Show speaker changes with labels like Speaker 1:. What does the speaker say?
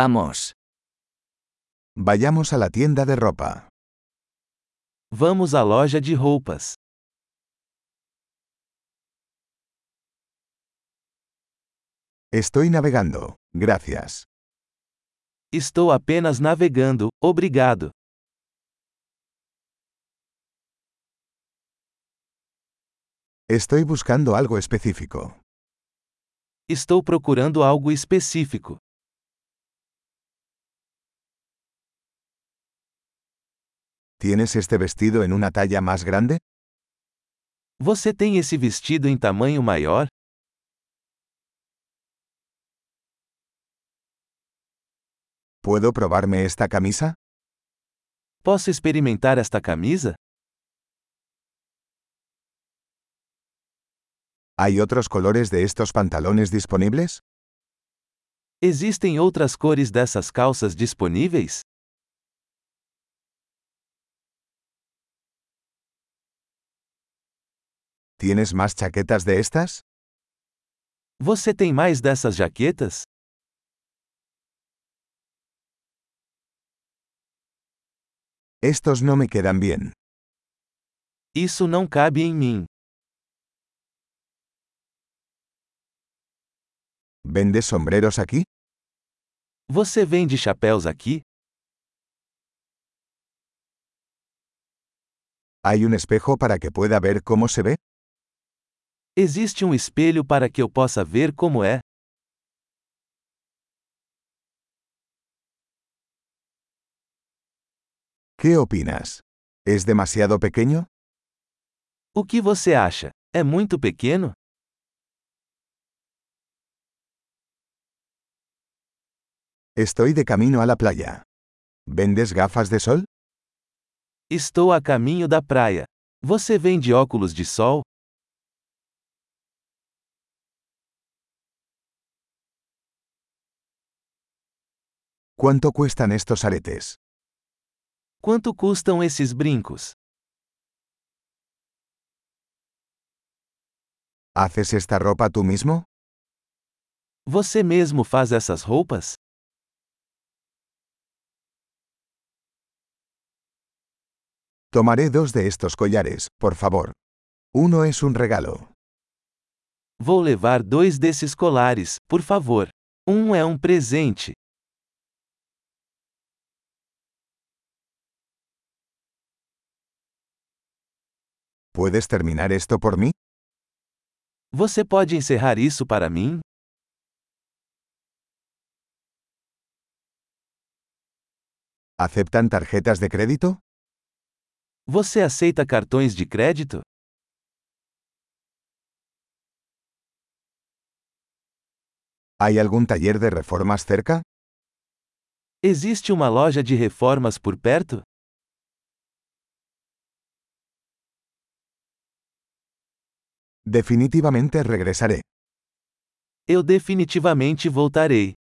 Speaker 1: Vamos.
Speaker 2: Vayamos a la tienda de ropa.
Speaker 3: Vamos à loja de roupas.
Speaker 2: Estoy navegando, gracias.
Speaker 3: Estou apenas navegando, obrigado.
Speaker 2: Estoy buscando algo específico.
Speaker 3: Estou procurando algo específico.
Speaker 2: ¿Tienes este vestido en una talla más grande?
Speaker 3: Você tem esse vestido em tamanho maior?
Speaker 2: ¿Puedo probarme esta camisa?
Speaker 3: Posso experimentar esta camisa?
Speaker 2: ¿Hay otros colores de estos pantalones disponibles?
Speaker 3: Existem outras cores dessas calças disponíveis?
Speaker 2: ¿Tienes más chaquetas de estas?
Speaker 3: Você tem mais dessas jaquetas?
Speaker 2: Estos no me quedan bien.
Speaker 3: Isso não cabe em mim.
Speaker 2: ¿Vendes sombreros aquí?
Speaker 3: Você vende chapéus aqui?
Speaker 2: ¿Hay un espejo para que pueda ver cómo se ve?
Speaker 3: Existe um espelho para que eu possa ver como é?
Speaker 2: ¿Qué opinas? ¿Es demasiado pequeño?
Speaker 3: O que você acha? É muito pequeno?
Speaker 2: Estoy de camino a la playa. ¿Vendes gafas de sol?
Speaker 3: Estou a caminho da praia. Você vende óculos de sol?
Speaker 2: ¿Cuánto cuestan estos aretes?
Speaker 3: Quanto custam esses brincos?
Speaker 2: ¿Haces esta ropa tú mismo?
Speaker 3: Você mesmo faz essas roupas?
Speaker 2: Tomaré dos de estos collares, por favor. Uno es un regalo.
Speaker 3: Vou levar dois desses colares, por favor. Um é um presente.
Speaker 2: ¿Puedes terminar esto por mí?
Speaker 3: Você pode encerrar isso para mim?
Speaker 2: ¿Aceptan tarjetas de crédito?
Speaker 3: Você aceita cartões de crédito?
Speaker 2: ¿Hay algún taller de reformas cerca?
Speaker 3: Existe uma loja de reformas por perto?
Speaker 2: Definitivamente regresaré.
Speaker 3: Eu definitivamente voltarei.